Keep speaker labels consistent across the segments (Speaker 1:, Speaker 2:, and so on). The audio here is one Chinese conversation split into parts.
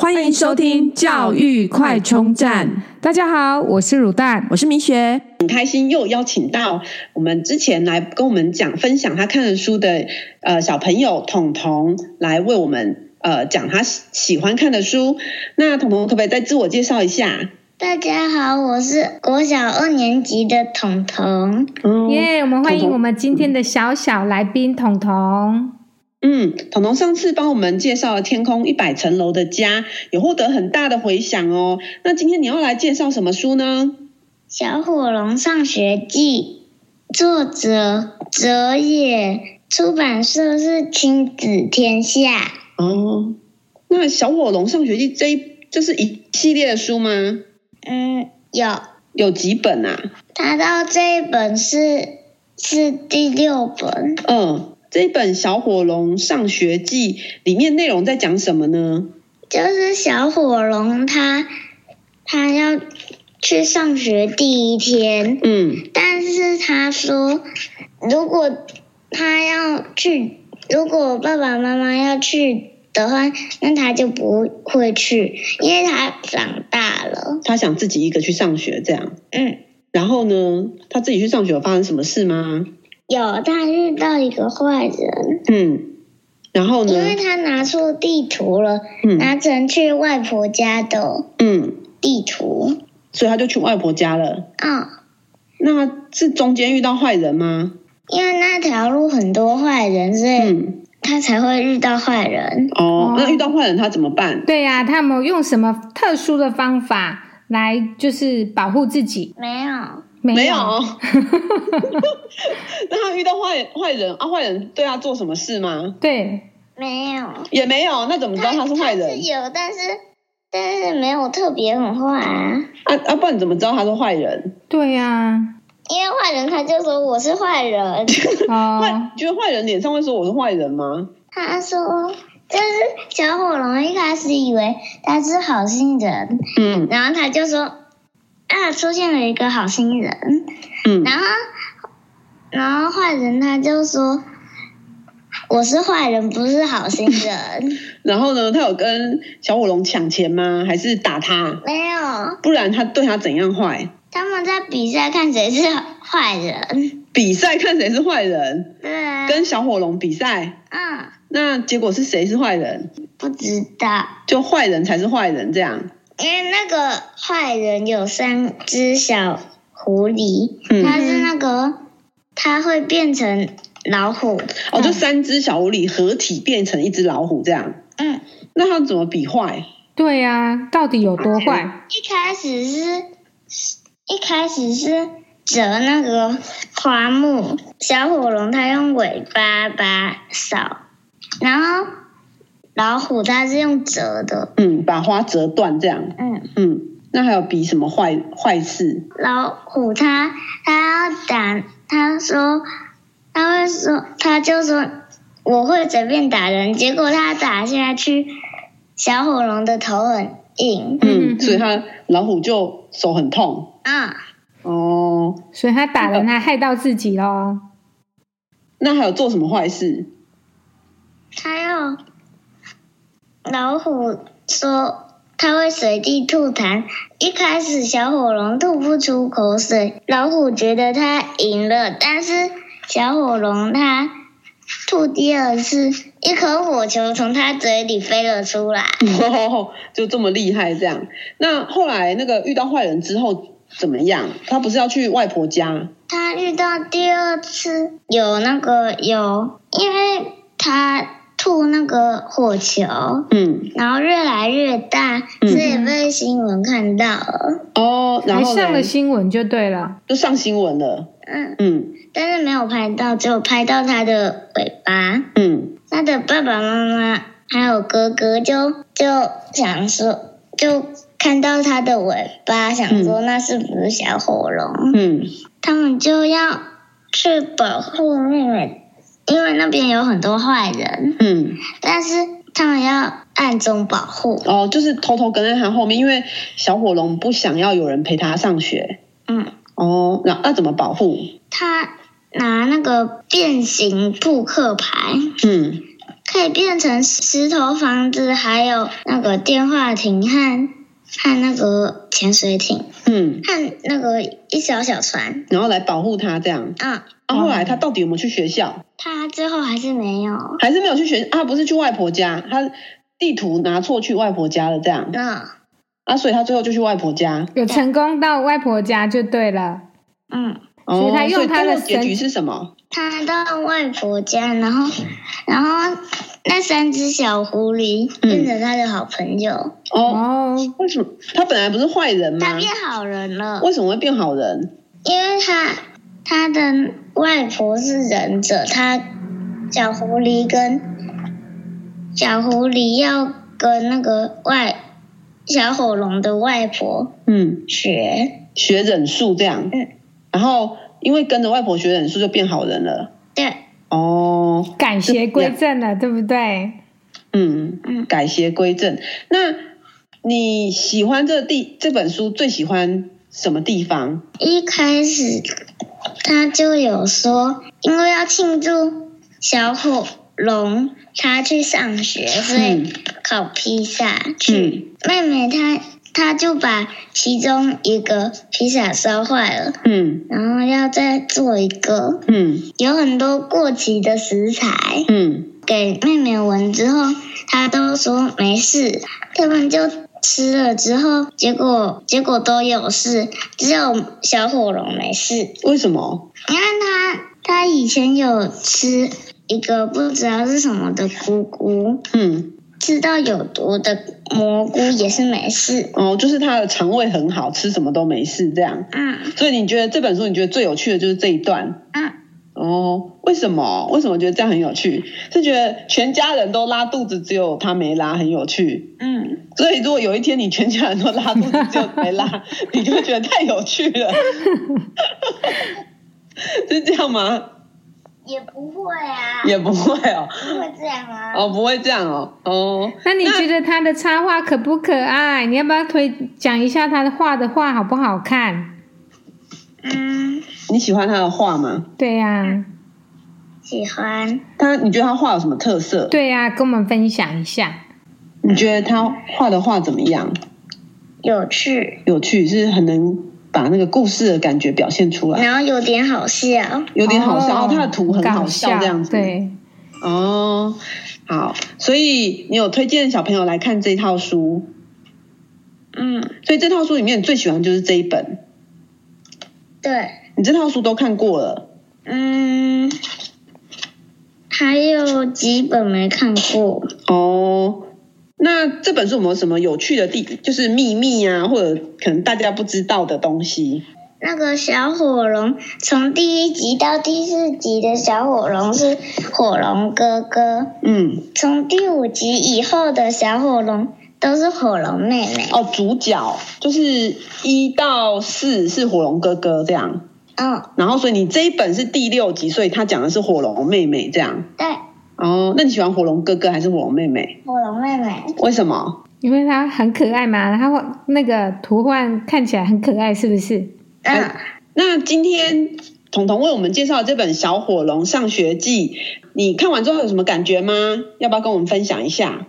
Speaker 1: 欢迎收听教育快充站。
Speaker 2: 大家好，我是乳蛋。
Speaker 3: 哦
Speaker 1: 我是明学，
Speaker 3: 很开心又邀请到我们之前来跟我们讲分享他看的书的呃小朋友彤彤来为我们呃讲他喜喜欢看的书。那彤彤可不可以再自我介绍一下？
Speaker 4: 大家好，我是国小二年级的彤彤。
Speaker 3: 嗯
Speaker 2: 耶、我们欢
Speaker 3: 彤
Speaker 2: 迎
Speaker 3: 彤
Speaker 2: 我们今天的小小来宾彤彤。
Speaker 3: 嗯，彤彤上次帮我们介绍了《天空一百层楼的家》，有获得很大的回响哦。那今天你要来介绍什么书呢？
Speaker 4: 《小火龙上学记》，作者泽野，出版社是亲子天下。
Speaker 3: 哦，那《小火龙上学记》这一这是一系列的书吗？
Speaker 4: 嗯，有，
Speaker 3: 有几本啊？
Speaker 4: 他到这一本是是第六本，
Speaker 3: 嗯，这一本《小火龙上学记》里面内容在讲什么呢？
Speaker 4: 就是小火龙他他要去上学第一天，
Speaker 3: 嗯
Speaker 4: 但是他说，如果他要去，如果爸爸妈妈要去的话，那他就不会去，因为他长大了。
Speaker 3: 他想自己一个去上学这样。
Speaker 4: 嗯，
Speaker 3: 然后呢，他自己去上学有发生什么事吗？
Speaker 4: 有他遇到一个坏人，
Speaker 3: 嗯，然后呢
Speaker 4: 因？为他拿错地图了，
Speaker 3: 嗯
Speaker 4: 拿成去外婆家的
Speaker 3: 嗯，
Speaker 4: 地图。
Speaker 3: 所以他就去外婆家了。
Speaker 4: 啊、
Speaker 3: 那是中间遇到坏人吗？
Speaker 4: 因为那条路很多坏人，所以
Speaker 3: 嗯，
Speaker 4: 他才会遇到坏人。
Speaker 3: 哦
Speaker 2: 哦，
Speaker 3: 那遇到坏人他怎么办？
Speaker 2: 对呀、他有没有用什么特殊的方法来就是保护自己？
Speaker 4: 没有，
Speaker 2: 没
Speaker 3: 没有。 那他遇到坏坏人啊，坏人对他做什么事吗？
Speaker 2: 对，
Speaker 4: 没有。
Speaker 3: 也没有。那怎么知道他是坏人
Speaker 4: 是？有，但是但是没有特别很坏啊。
Speaker 3: 啊啊，不然你怎么知道他是坏人？
Speaker 2: 对呀、
Speaker 4: 因为坏人他就说我是坏人，
Speaker 3: 坏、
Speaker 2: 哦，
Speaker 3: 觉得坏人脸上会说我是坏人吗？
Speaker 4: 他说就是小火龙一开始以为他是好心人，
Speaker 3: 嗯
Speaker 4: 然后他就说啊出现了一个好心人，
Speaker 3: 嗯
Speaker 4: 然后然后坏人他就说我是坏人不是好心人，
Speaker 3: 然后呢，他有跟小火龙抢钱吗？还是打他？
Speaker 4: 没有，
Speaker 3: 不然他对他怎样坏？
Speaker 4: 他们在比赛看谁是坏人，
Speaker 3: 比赛看谁是坏人，
Speaker 4: 对啊，
Speaker 3: 跟小火龙比赛，
Speaker 4: 嗯
Speaker 3: 那结果是谁是坏人？
Speaker 4: 不知道。
Speaker 3: 就坏人才是坏人这样。
Speaker 4: 因为那个坏人有三只小狐狸，
Speaker 3: 嗯
Speaker 4: 它是那个它会变成老虎，
Speaker 3: 哦，就三只小狐狸合体变成一只老虎这样。
Speaker 4: 嗯，
Speaker 3: 那他怎么比坏？
Speaker 2: 对呀、到底有多坏？
Speaker 4: 一开始是一开始是折那个花木，小火龙它用尾巴把扫，然后老虎它是用折的，
Speaker 3: 嗯，把花折断这样。
Speaker 4: 嗯，
Speaker 3: 嗯，那还有比什么坏坏事？
Speaker 4: 老虎它它要打，它说它会说，它就说我会随便打人，结果它打下去，小火龙的头很硬，
Speaker 2: 嗯
Speaker 3: 嗯，所以他老虎就手很痛。
Speaker 4: 啊、
Speaker 3: 哦，
Speaker 2: 所以他打人还害到自己咯。
Speaker 3: 那还有做什么坏事？
Speaker 4: 它要老虎说它会随地吐痰，一开始小火龙吐不出口水，老虎觉得它赢了，但是小火龙它吐第二次，一颗火球从它嘴里飞了出来。
Speaker 3: 就这么厉害这样。那后来那个遇到坏人之后怎么样？他不是要去外婆家？
Speaker 4: 他遇到第二次有那个有，因为他吐那个火球，
Speaker 3: 嗯，
Speaker 4: 然后越来越大，
Speaker 3: 嗯
Speaker 4: 所以被新闻看到了。
Speaker 3: 哦，然
Speaker 2: 还
Speaker 3: 后
Speaker 2: 上
Speaker 3: 呢
Speaker 2: 了新闻就对了。
Speaker 3: 就上新闻了。
Speaker 4: 嗯，
Speaker 3: 嗯
Speaker 4: 但是没有拍到，只有拍到他的尾巴。
Speaker 3: 嗯
Speaker 4: 他的爸爸妈妈还有哥哥就就想说，就看到他的尾巴，想说那是不是小火龙？
Speaker 3: 嗯
Speaker 4: 他们就要去保护那个，因为那边有很多坏人，
Speaker 3: 嗯，
Speaker 4: 但是他们要暗中保护。
Speaker 3: 哦，就是偷偷跟在他后面，因为小火龙不想要有人陪他上学。
Speaker 4: 嗯，
Speaker 3: 哦，那那怎么保护？
Speaker 4: 他拿那个变形扑克牌，
Speaker 3: 嗯
Speaker 4: 可以变成石头房子，还有那个电话亭和和那个潜水艇
Speaker 3: 嗯，
Speaker 4: 和那个一小小船。
Speaker 3: 然后来保护他这样。
Speaker 4: 嗯，
Speaker 3: 啊，后来他到底有没有去学校？
Speaker 4: 他最后还是没有。
Speaker 3: 还是没有去学啊？不是去外婆家，他地图拿错去外婆家了这样
Speaker 4: 嗯
Speaker 3: 啊，所以他最后就去外婆家。
Speaker 2: 有成功到外婆家就对了。
Speaker 4: 嗯，
Speaker 3: 哦，
Speaker 2: 所以他用他的
Speaker 3: 所以最后结局
Speaker 2: 神
Speaker 3: 是什么？
Speaker 4: 他到外婆家，然后然后那三只小狐狸
Speaker 3: 嗯
Speaker 4: 变成他的好朋友，
Speaker 3: 哦，
Speaker 2: 哦，
Speaker 3: 为什么他本来不是坏人
Speaker 4: 他
Speaker 3: 吗？
Speaker 4: 变好人了。
Speaker 3: 为什么会变好人？
Speaker 4: 因为他他的外婆是忍者，他小狐狸跟小狐狸要跟那个外小火龙的外婆
Speaker 3: 嗯，
Speaker 4: 学，
Speaker 3: 学忍术这样。
Speaker 4: 嗯
Speaker 3: 然后因为跟着外婆学忍术就变好人了。
Speaker 4: 对，
Speaker 3: 哦，
Speaker 2: 改邪归正了，对不对？
Speaker 3: 嗯，
Speaker 4: 嗯
Speaker 3: 改邪归正。那你喜欢这地这本书最喜欢什么地方？
Speaker 4: 一开始他就有说，因为要庆祝小火龙他去上学，所以考披萨去。妹妹她她就把其中一个披萨烧坏了。
Speaker 3: 嗯
Speaker 4: 然后要再做一个，
Speaker 3: 嗯
Speaker 4: 有很多过期的食材
Speaker 3: 嗯
Speaker 4: 给妹妹闻之后，她都说没事，他们就吃了之后，结果结果都有事，只有小火龙没事，因
Speaker 3: 为什么？
Speaker 4: 为他他以前有吃一个不知道是什么的菇菇，
Speaker 3: 嗯，
Speaker 4: 吃到有毒的蘑菇也是没事，
Speaker 3: 哦，就是他的肠胃很好，吃什么都没事这样。
Speaker 4: 嗯
Speaker 3: 所以你觉得这本书你觉得最有趣的就是这一段
Speaker 4: 嗯。
Speaker 3: 哦？为什么？为什么觉得这样很有趣？是觉得全家人都拉肚子，只有他没拉，很有趣。
Speaker 4: 嗯，
Speaker 3: 所以如果有一天你全家人都拉肚子，只有没拉，你就会觉得太有趣了。 是这样吗？
Speaker 4: 也不会啊，
Speaker 3: 也不会哦，
Speaker 4: 不会这样啊。
Speaker 3: 哦，不会这样哦，哦，
Speaker 2: 那你觉得他的插画可不可爱？你要不要推讲一下他的画的画好不好看？
Speaker 4: 嗯，
Speaker 3: 你喜欢他的画吗？
Speaker 2: 对啊呀、
Speaker 4: 喜欢。
Speaker 3: 他，你觉得他画有什么特色？
Speaker 2: 对呀、跟我们分享一下。
Speaker 3: 你觉得他画的画怎么样？
Speaker 4: 有趣，
Speaker 3: 有趣，是很能把那个故事的感觉表现出来，
Speaker 4: 然后有点好笑。
Speaker 3: 有点好笑。
Speaker 2: 哦
Speaker 3: 哦、他的图很好
Speaker 2: 搞
Speaker 3: 笑，这样子。，
Speaker 2: 对，
Speaker 3: 哦，好，所以你有推荐小朋友来看这套书，
Speaker 4: 嗯，
Speaker 3: 所以这套书里面你最喜欢就是这一本。
Speaker 4: 对，
Speaker 3: 你这套书都看过了，
Speaker 4: 嗯，还有几本没看过。
Speaker 3: 哦。那这本书有没有什么有趣的地，就是秘密啊，或者可能大家不知道的东西？
Speaker 4: 那个小火龙，从第一集到第四集的小火龙是火龙哥哥，
Speaker 3: 嗯，
Speaker 4: 从第五集以后的小火龙都是火龙妹妹。
Speaker 3: 哦，主角就是一到四是火龙哥哥这样，
Speaker 4: 嗯，
Speaker 3: 然后，所以你这一本是第六集，所以他讲的是火龙妹妹这样。
Speaker 4: 对，
Speaker 3: 哦，那你喜欢火龙哥哥还是火龙妹妹？
Speaker 4: 火龙妹妹。
Speaker 3: 为什么？
Speaker 2: 因为他很可爱嘛，他画那个图画看起来很可爱，是不是？
Speaker 4: 嗯，
Speaker 3: 哎那今天彤彤为我们介绍这本《小火龙上学记》，你看完之后有什么感觉吗？要不要跟我们分享一下？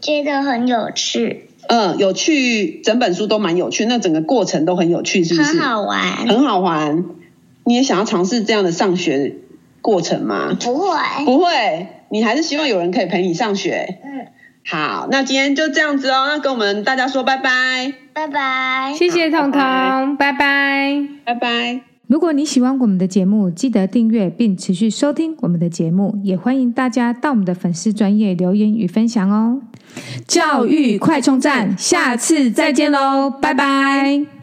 Speaker 4: 觉得很有趣，
Speaker 3: 嗯，有趣，整本书都蛮有趣，那整个过程都很有趣，是不是？
Speaker 4: 很好玩。
Speaker 3: 很好玩。你也想要尝试这样的上学过程吗？
Speaker 4: 不会。
Speaker 3: 不会，你还是希望有人可以陪你上学。
Speaker 4: 嗯，
Speaker 3: 好，那今天就这样子哦，那跟我们大家说拜拜，
Speaker 4: 拜拜。
Speaker 2: 谢谢
Speaker 3: 好
Speaker 2: 彤彤，拜拜
Speaker 3: 拜拜。
Speaker 1: 如果你喜欢我们的节目，记得订阅并持续收听我们的节目，也欢迎大家到我们的粉丝专业留言与分
Speaker 2: 哦
Speaker 1: 享哦。教育快充站，下次再见喽，拜拜。